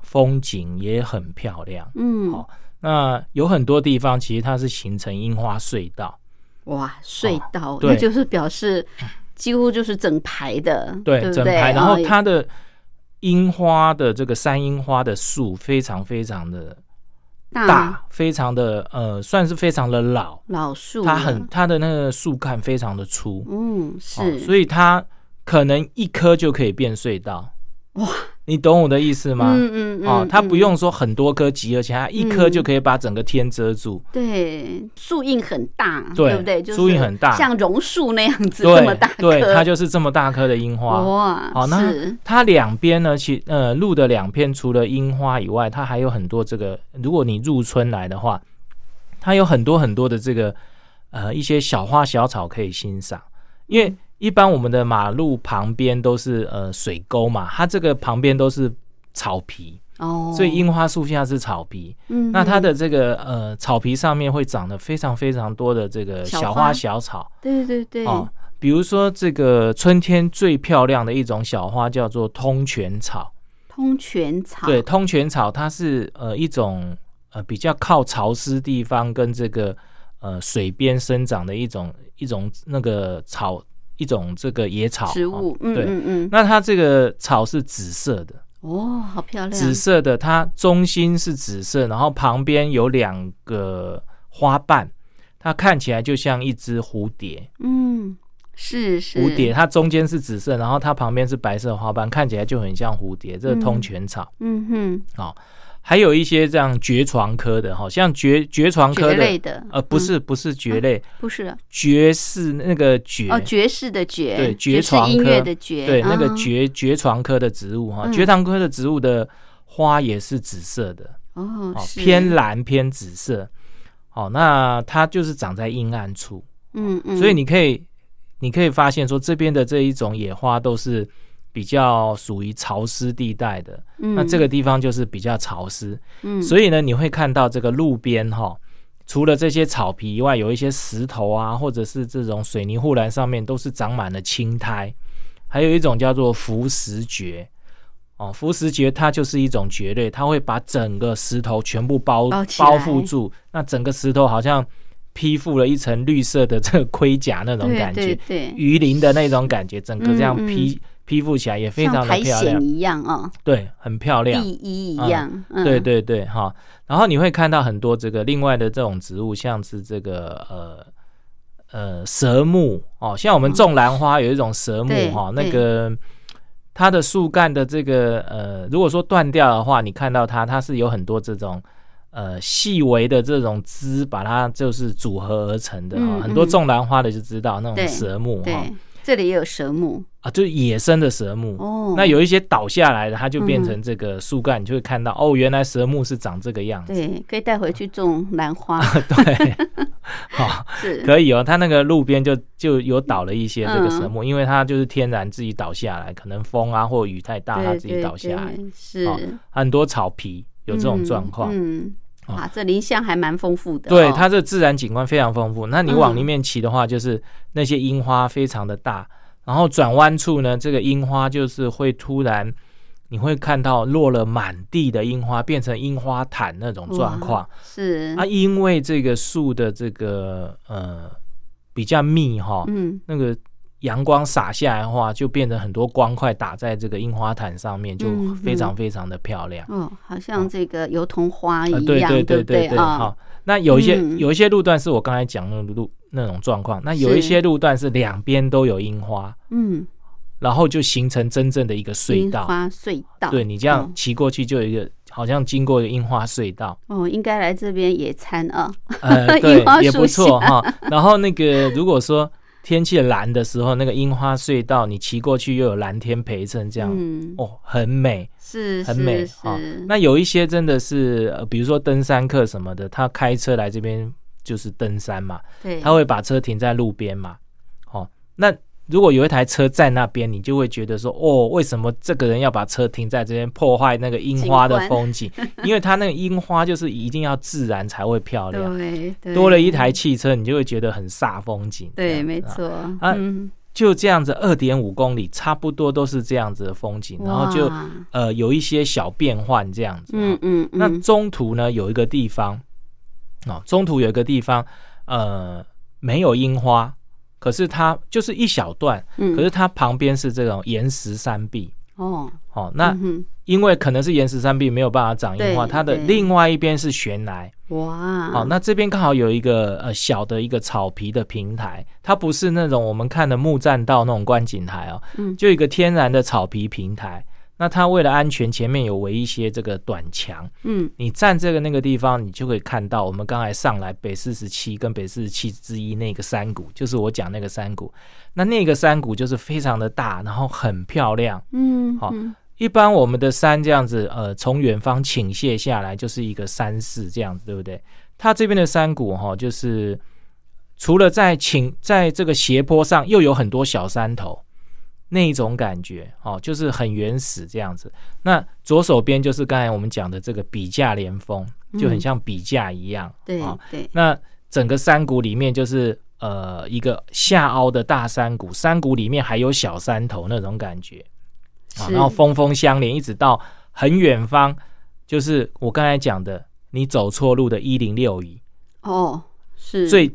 风景也很漂亮。
嗯
好那有很多地方其实它是形成樱花隧道，
哇，隧道，
哦对
那就是表示几乎就是整排的，
对，
不
整
对
排。然
哦
后它的樱花的这个山樱花的树非常非常的
大
大，非常的呃，算是非常的老，
老嗯树，啊
它很它的那个树干非常的粗，
嗯
哦
是，
所以它可能一棵就可以变隧道。
哇，
你懂我的意思吗？
嗯嗯嗯
哦，它
嗯
不用说很多棵集合起来，它一棵
嗯
就可以把整个天遮住。
对树荫很大，
对
不对？就是
树荫很大
像榕树那样子这么
对
大哦棵，
对，它就是这么大棵的樱花。
哇，
好那
是
它两边呢，其呃路的两片除了樱花以外，它还有很多这个，如果你入春来的话，它有很多很多的这个呃一些小花小草可以欣赏。因为一般我们的马路旁边都是呃水沟嘛，它这个旁边都是草皮，
哦，
所以樱花树下是草皮。
嗯
那它
嗯
的这个呃草皮上面会长得非常非常多的这个
小
小
花
花小草
对对对
哦。比如说，这个春天最漂亮的一种小花叫做通泉草。
通泉草
对，通泉草它是呃一种呃比较靠潮湿地方跟这个呃水边生长的一种一种那个草一种这个野草
植
哦
物，嗯
对，
嗯嗯，
那它这个草是紫色的，
哦，好漂亮，
紫色的，它中心是紫色，然后旁边有两个花瓣，它看起来就像一只蝴蝶。
嗯，是是
蝴蝶，，它中间是紫色，然后它旁边是白色的花瓣，看起来就很像蝴蝶。
嗯
这个通泉草，
嗯哼，
还有一些这样蕨床科的，哈，像蕨蕨床科
蕨类
的，
的，
呃，不
嗯
是不是蕨类，
不是
蕨是那个蕨，
哦，爵士的爵，
对
爵
蕨
士
床
音
科
乐的爵，
对，那个
啊，
蕨蕨床科的植物哈，
嗯
蕨床科的植物的花也是紫色的，
哦
哦，，
是
偏，蓝偏紫色，哦，那它就是长在阴暗处，
嗯嗯，
所以你可以你可以发现说这边的这一种野花都是比较属于潮湿地带的，
嗯
那这个地方就是比较潮湿，
嗯，
所以呢，你会看到这个路边哈、除了这些草皮以外，有一些石头啊，或者是这种水泥护栏上面都是长满了青苔，还有一种叫做浮石蕨。哦，浮石蕨它就是一种蕨类，它会把整个石头全部包
包起来
包覆住，那整个石头好像披覆了一层绿色的这个盔甲那种
对
感
对
觉，
对，
鱼鳞的那种感觉，整个这样
嗯嗯
披、披覆起来也非
像
常的
苔
漂亮
藓，一样啊，
对，很漂亮。
地衣一
嗯
样，嗯
对，对对，哈。然后你会看到很多这个另外的这种植物，像是这个呃呃蛇木哦，像我们种兰花有一种蛇木
对
哈、
对
那个它的树干的这个呃，如果说断掉的话，你看到它，它是有很多这种呃细微的这种枝，把它就是组合而成的哈、
嗯
很多
嗯
种兰花的就知道那
对
种蛇木哈、
对，这里也有蛇木
啊，就是野生的蛇木。
哦。
那有一些倒下来的，它就变
嗯
成这个树干，你就会看到哦，原来蛇木是长这个样子。
对，可以带回去种兰 花，
对， 好，
是
可以哦。它那个路边就就有倒了一些这个蛇
嗯
木，因为它就是天然自己倒下来，可能风啊或雨太大，它
对
自己
对
倒下来。哦
对，是
好很多草皮有这种状况，
嗯，嗯
哦
啊，这林相还蛮丰富的哦，嗯
对它这自然景观非常丰富。那你往里面骑的话，就是那些樱花非常的大，然后转弯处呢，这个樱花就是会突然。你会看到落了满地的樱花，变成樱花毯那种状况
嗯是
啊！因为这个树的这个呃比较密哈，
嗯
那个阳光洒下来的话，就变成很多光块打在这个樱花毯上面，就
嗯嗯
非常非常的漂亮。
哦，好像这个油桐花一
啊，
样，
对对
不
对对，
啊？
好，那有一些
嗯
有一些路段是我刚才讲的路那种状况，那有一
是
些路段是两边都有樱花，
嗯，
然后就形成真正的一个隧
樱
道。
花隧道，
对你这样
嗯
骑过去就有一个，好像经过一个樱花隧 道，
哦，应该来这边野餐啊，
呃，
樱
对
花，
也
树
不错
下
哈。然后那个如果说天气蓝的时候，那个樱花隧道你骑过去又有蓝天陪衬，这样、
嗯，
哦，很美。
是
很美
是
啊
是，
那有一些真的是，呃，比如说登山客什么的，他开车来这边就是登山嘛，
对，
他会把车停在路边嘛。哦，那如果有一台车在那边，你就会觉得说，哦，为什么这个人要把车停在这边，破坏那个樱花的
景观
风景？因为他那个樱花就是一定要自然才会漂亮。
对对，
多了一台汽车，你就会觉得很煞风景。这
对，
样子
没
啊
错，
啊
嗯，
就这样子，二点五公里差不多都是这样子的风景，然后就
哇
呃有一些小变换这样子。哦
嗯嗯
那
嗯，
中途呢有一个地方，哦，中途有一个地方，呃，没有樱花，可是它就是一小段，
嗯
可是它旁边是这种岩石山壁。
哦，
哦，那
嗯哼
因为可能是岩石山壁没有办法长樱花，
对
它的
对
另外一边是悬崖。
哇，
哦，那这边刚好有一个呃小的一个草皮的平台，它不是那种我们看的木栈道那种观景台哦，
嗯
就有一个天然的草皮平台。那它为了安全，前面有围一些这个短墙，
嗯
你站这个那个地方，你就可以看到我们刚才上来北四十七跟北四十七之一那个山谷，就是我讲那个山谷。那那个山谷就是非常的大，然后很漂亮。
嗯，
好
嗯
一般我们的山这样子，呃，从远方倾泻下来就是一个山势这样子，对不对？它这边的山谷哈、就是除了在倾在这个斜坡上，又有很多小山头那一种感觉哦，就是很原始这样子。那左手边就是刚才我们讲的这个笔架连峰，就很像笔架一样。
对
哦
对，
那整个山谷里面就是呃一个下凹的大山谷，山谷里面还有小山头那种感觉。啊，
是
然后峰峰相连，一直到很远方，就是我刚才讲的，你走错路的一零六乙，
哦是
最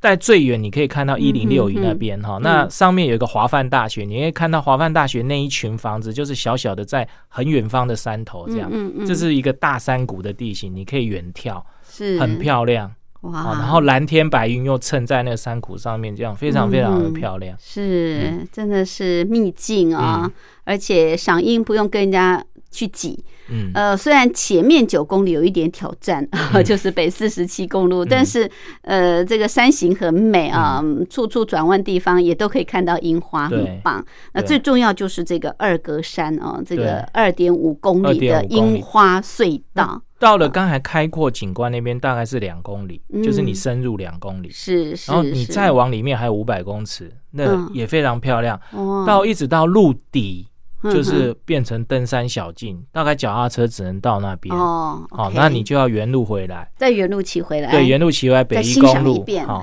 在最远你可以看到一零六乙
嗯嗯嗯
那边哈、那上面有一个华范大学，你可以看到华范大学那一群房子，就是小小的在很远方的山头这样，
嗯嗯，
这是一个大山谷的地形，你可以远眺，
是
很漂亮
哇，
啊。然后蓝天白云又衬在那个山谷上面，这样非常非常的
嗯
漂亮。
是真的是秘境啊，而且赏樱不用跟人家去挤，
嗯，
呃，虽然前面九公里有一点挑战， 就是北四十七公
嗯
路，但是呃，这个山形很美啊，处处转弯地方也都可以看到樱花，
对
很棒。那
对
最重要就是这个二格山哦，这个二点五公里的
2.5公里
樱花隧道，
到了刚才开阔景观那边大概是两公里，
嗯
就是你深入两公里。
是是
然后你
是
再往里面还有五百公尺，那
嗯
也非常漂亮。
哇
到一直到路底，
哦嗯
就是变成登山小径，大概脚踏车只能到那边。
哦，
好，
OK 哎
那你就要原路回来。
再原路骑回来，
对，原路骑回来北
再
一
欣
公
赏一
路
遍。
好，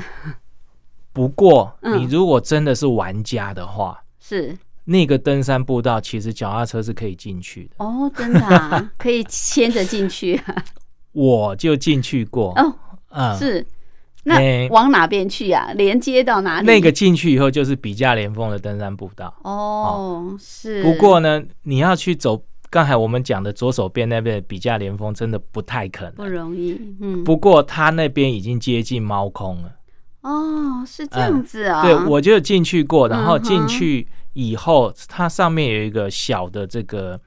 不过
嗯
你如果真的是玩家的话，
是
那个登山步道其实脚踏车是可以进去的。
哦，真的 啊，可以牵着进去啊、
我就进去过，
哦，
嗯，
是。那
哎
往哪边去呀、连接到哪里？
那个进去以后就是比价连峰的登山步道。
哦，是。
不过呢，你要去走刚才我们讲的左手边那边的比价连峰，真的不太可
不
能。
容易，嗯，
不过他那边已经接近猫空了。
哦，是这样子啊。
哎对，我就有进去过，然后
嗯哼
进去以后，它上面有一个小的这个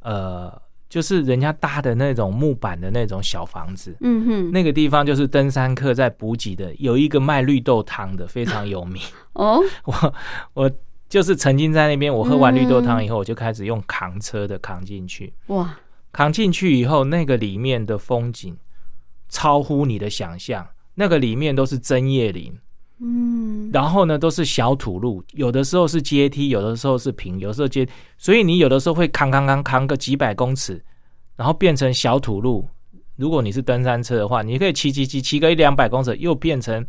呃就是人家搭的那种木板的那种小房子，
嗯哼，
那个地方就是登山客在补给的，有一个卖绿豆汤的非常 有名。
哦，
我我就是曾经在那边，我喝完绿豆
嗯
汤以后，我就开始用扛车的扛进去，
哇，
扛进去以后，那个里面的风景超乎你的想象，那个里面都是针叶林。
嗯，
然后呢，都是小土路，有的时候是阶梯，有的时候是平，有的时候阶，所以你有的时候会扛扛扛扛个几百公尺，然后变成小土路。如果你是登山车的话，你可以骑骑骑骑个一两百公尺，又变成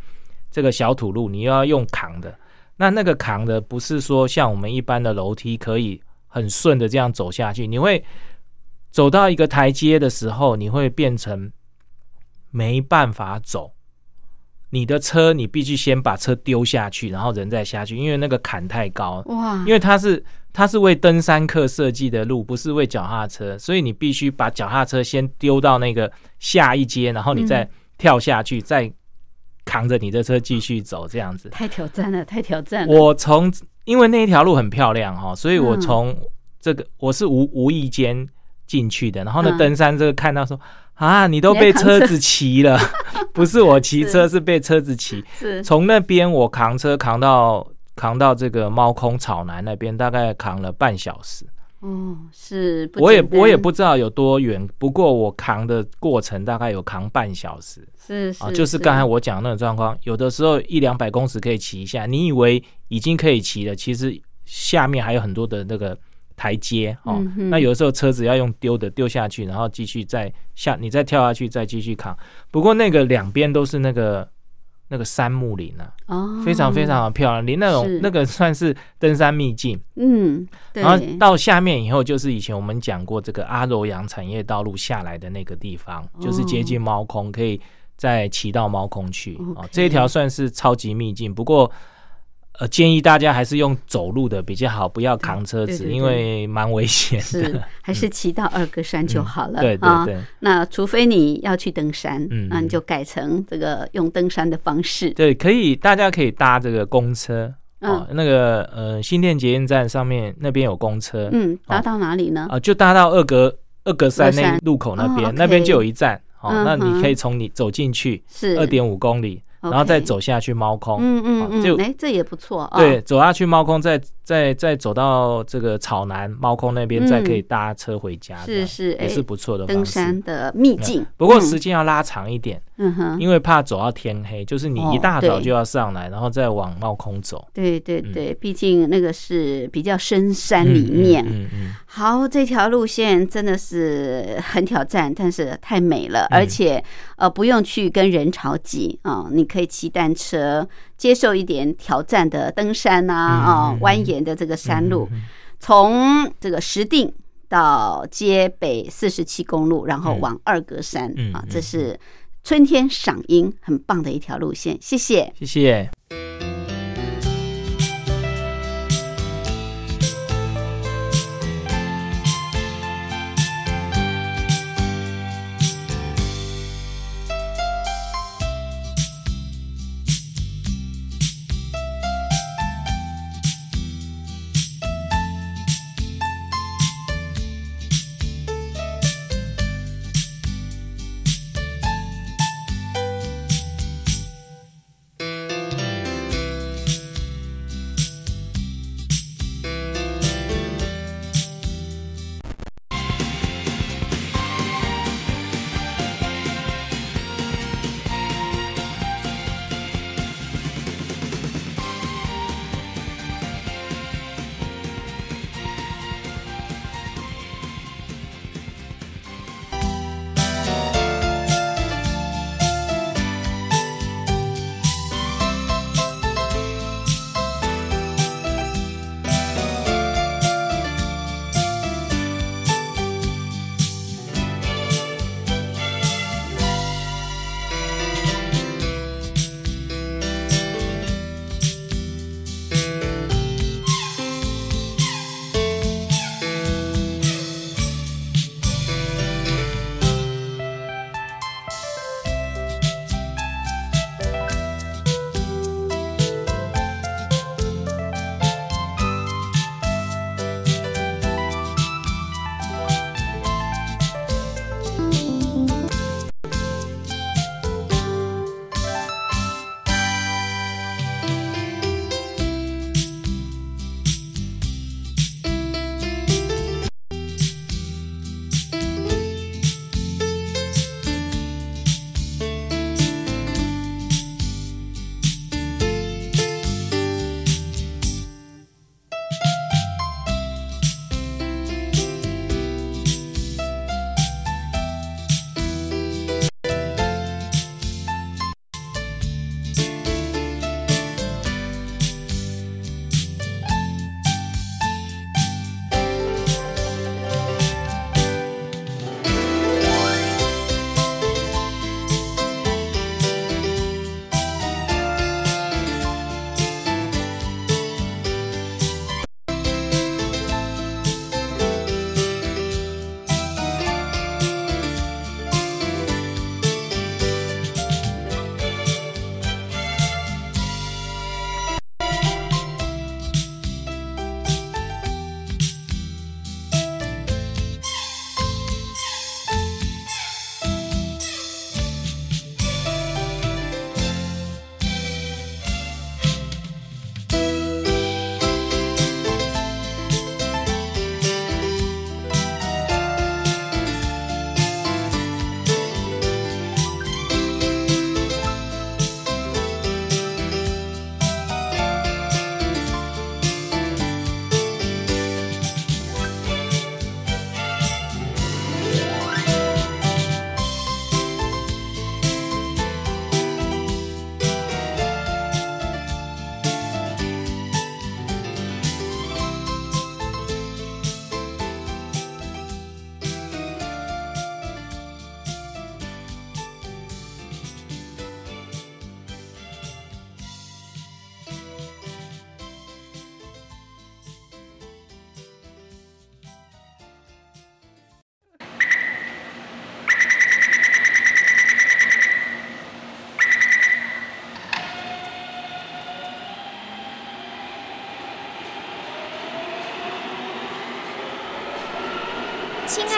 这个小土路，你又要用扛的。那那个扛的不是说像我们一般的楼梯可以很顺的这样走下去，你会走到一个台阶的时候，你会变成没办法走。你的车你必须先把车丢下去，然后人再下去，因为那个坎太高。
哇，
因为它是它是为登山客设计的路，不是为脚踏车，所以你必须把脚踏车先丢到那个下一阶，然后你再跳下去，再扛着你的车继续走这样子。
太挑战了，太挑战了，
我从因为那一条路很漂亮哈、哦，所以我
嗯
从这个我是无无意间进去的，然后呢，
嗯
登山这个看到说啊，你都
你还
被
扛
车
车
子骑了， 不是我骑
是
车，是被车子骑。
是，
从那边我扛车扛到扛到这个猫空草南那边，大概扛了半小时。
哦，是，不
我也
简单
我也不知道有多远，不过我扛的过程大概有扛半小时
是
啊，
是，
就是刚才我讲的那种状况，有的时候一两百公尺可以骑一下，你以为已经可以骑了，其实下面还有很多的那个台阶哦。
嗯哼
那有的时候车子要用丢的丢下去，然后继续再下，你再跳下去再继续扛。不过那个两边都是那个那个杉木林啊，
哦，
非常非常的漂亮，连那
是
种那个算是登山秘境。
嗯，对，
然后到下面以后，就是以前我们讲过这个阿柔洋产业道路下来的那个地方，
哦
就是接近猫空，可以再骑到猫空去。
OK
这一条算是超级秘境，不过。呃，建议大家还是用走路的比较好，不要扛车
对
子，
对对
因为蛮危险
是
的。
还是骑到二哥山就好了，
嗯对
啊
对对，
那除非你要去登山，
嗯
那你就改成这个用登山的方式，
对，可以，大家可以搭这个公车。
嗯
哦，那个呃，新店捷运站上面那边有公车，
嗯，达到哪里呢
啊、？就搭到二格二格山
二
那
山
路口那边，
哦，OK
那边就有一站。好、
嗯
那
哼
你可以从你走进去
是
二，点五公里，然后
OK
再走下去猫空。
嗯嗯
啊
嗯，
就
哎，这也不错啊，
对，，走下去猫空，再再再走到这个草南猫空那边，
嗯
再可以搭车回家，这
是
样
是，哎
也，是不错的
登
方式。
山的秘境，
不过
嗯
时间要拉长一点，
嗯哼，
因为怕走到天黑，就是你一
哦
大早
对
就要上来，然后再往猫空走。
对对
嗯
对，毕竟那个是比较深山里面。
嗯嗯嗯
好，这条路线真的是很挑战，但是太美
嗯
了，而且呃不用去跟人潮挤啊、你可以骑单车，接受一点挑战的登山啊啊、
嗯嗯嗯嗯
蜿蜒的这个山路，从这个石定。到街北四十七公路，然后
嗯
往二格山、
嗯
啊
嗯，
这是春天赏樱很棒的一条路线，谢谢。
谢谢。
「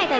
的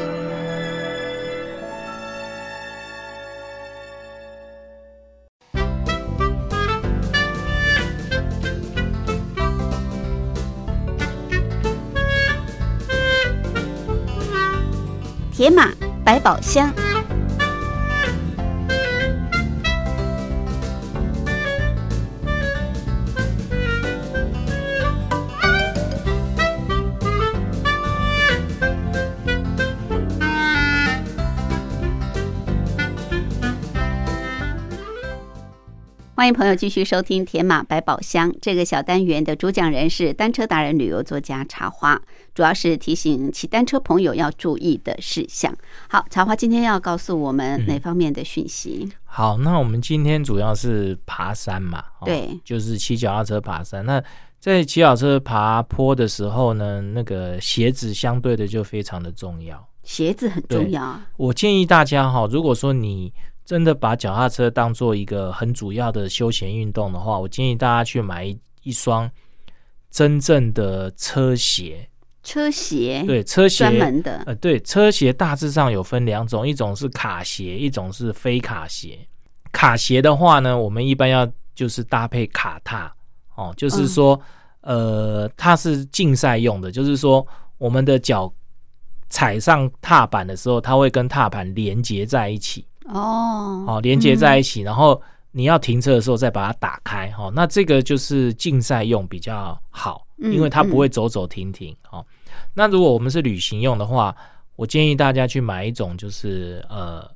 铁马百宝箱。欢迎朋友继续收听《铁马百宝箱》这个小单元的主讲人是单车达人、旅游作家茶花，主要是提醒骑单车朋友要注意的事项。好，茶花今天要告诉我们
嗯
哪方面的讯息？
好，那我们今天主要是爬山嘛，哦
对
就是骑脚踏车爬山。那在骑脚踏车爬坡的时候呢，那个鞋子相对的就非常的重要。
鞋子很重要，
我建议大家哈、如果说你真的把脚踏车当做一个很主要的休闲运动的话，我建议大家去买一一双真正的车鞋。
车鞋
对，车鞋
哎专门的
呃，对，车鞋大致上有分两种，一种是卡鞋，一种是非卡鞋。卡鞋的话呢，我们一般要就是搭配卡踏哦，就是说，呃，它是竞赛用的，就是说我们的脚踩上踏板的时候，它会跟踏板连接在一起。
哦，
哦，连接在一
嗯
起，然后你要停车的时候再把它打开，哈、哦，那这个就是竞赛用比较好，
嗯
因为它不会走走停停，哦。那如果我们是旅行用的话，我建议大家去买一种就是呃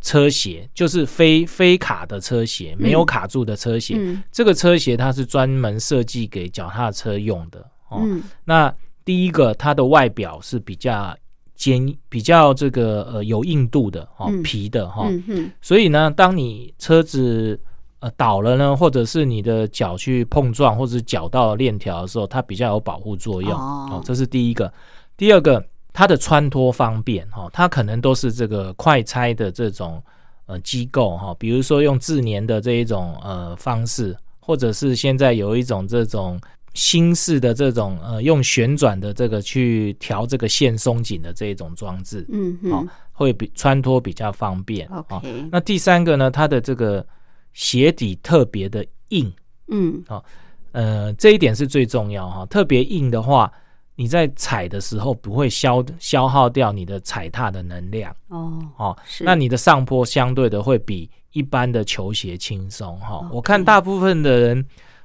车鞋，就是非非卡的车鞋，没有
嗯
卡住的车鞋。
嗯
这个车鞋它是专门设计给脚踏车用的，哦。
嗯
那第一个，它的外表是比较坚、比较这个呃有硬度的哦
嗯，
皮的哈、哦
嗯嗯
所以呢，当你车子呃倒了呢，或者是你的脚去碰撞，或者是绞到链条的时候，它比较有保护作用。
哦
这是第一个。第二个，它的穿脱方便哈、哦，它可能都是这个快拆的这种呃机构哈、比如说用自粘的这一种呃方式，或者是现在有一种这种。新式的这种呃，用旋转的这个去调这个线松紧的这一种装置，
嗯嗯、
哦会比穿脱比较方便。
o
哦
k
那第三个呢，它的这个鞋底特别的硬，
嗯
呃，这一点是最重要哈、特别硬的话，你在踩的时候不会消消耗掉你的踩踏的能量
哦，
哦。
是，
那你的上坡相对的会比一般的球鞋轻松哈。
OK
我看大部分的人，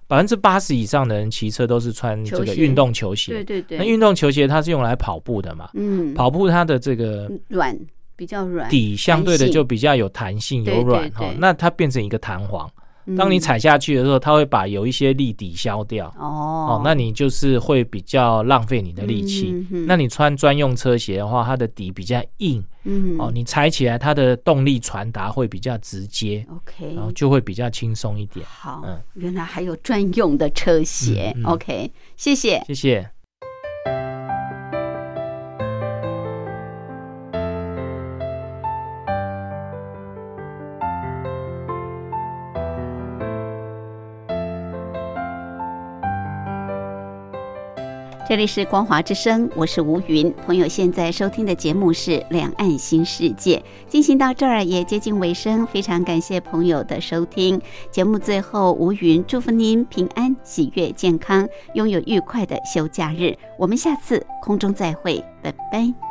百分之八十以上的人骑车都是穿这
球
个
鞋
运动球鞋。
对对
那
对，
运动球鞋它是用来跑步的嘛？
嗯，
跑步它的这个
软比较软，
底相对的就比较有弹性、
对
有软
对
哈、
对
那它变成一个弹簧。
嗯
当你踩下去的时候，它会把有一些力抵消掉。
哦
哦，那你就是会比较浪费你的力气。
嗯哼
那你穿专用车鞋的话，它的底比较硬、
嗯
哦，你踩起来它的动力传达会比较直接，
，OK，
然后就会比较轻松一点。
好
嗯，
原来还有专用的车鞋
嗯嗯
，OK，谢谢。
谢谢。
这里是光华之声，我是吴云。朋友现在收听的节目是《两岸新世界》，进行到这儿也接近尾声，非常感谢朋友的收听。节目最后，吴云祝福您平安、喜悦、健康，拥有愉快的休假日。我们下次空中再会，拜拜。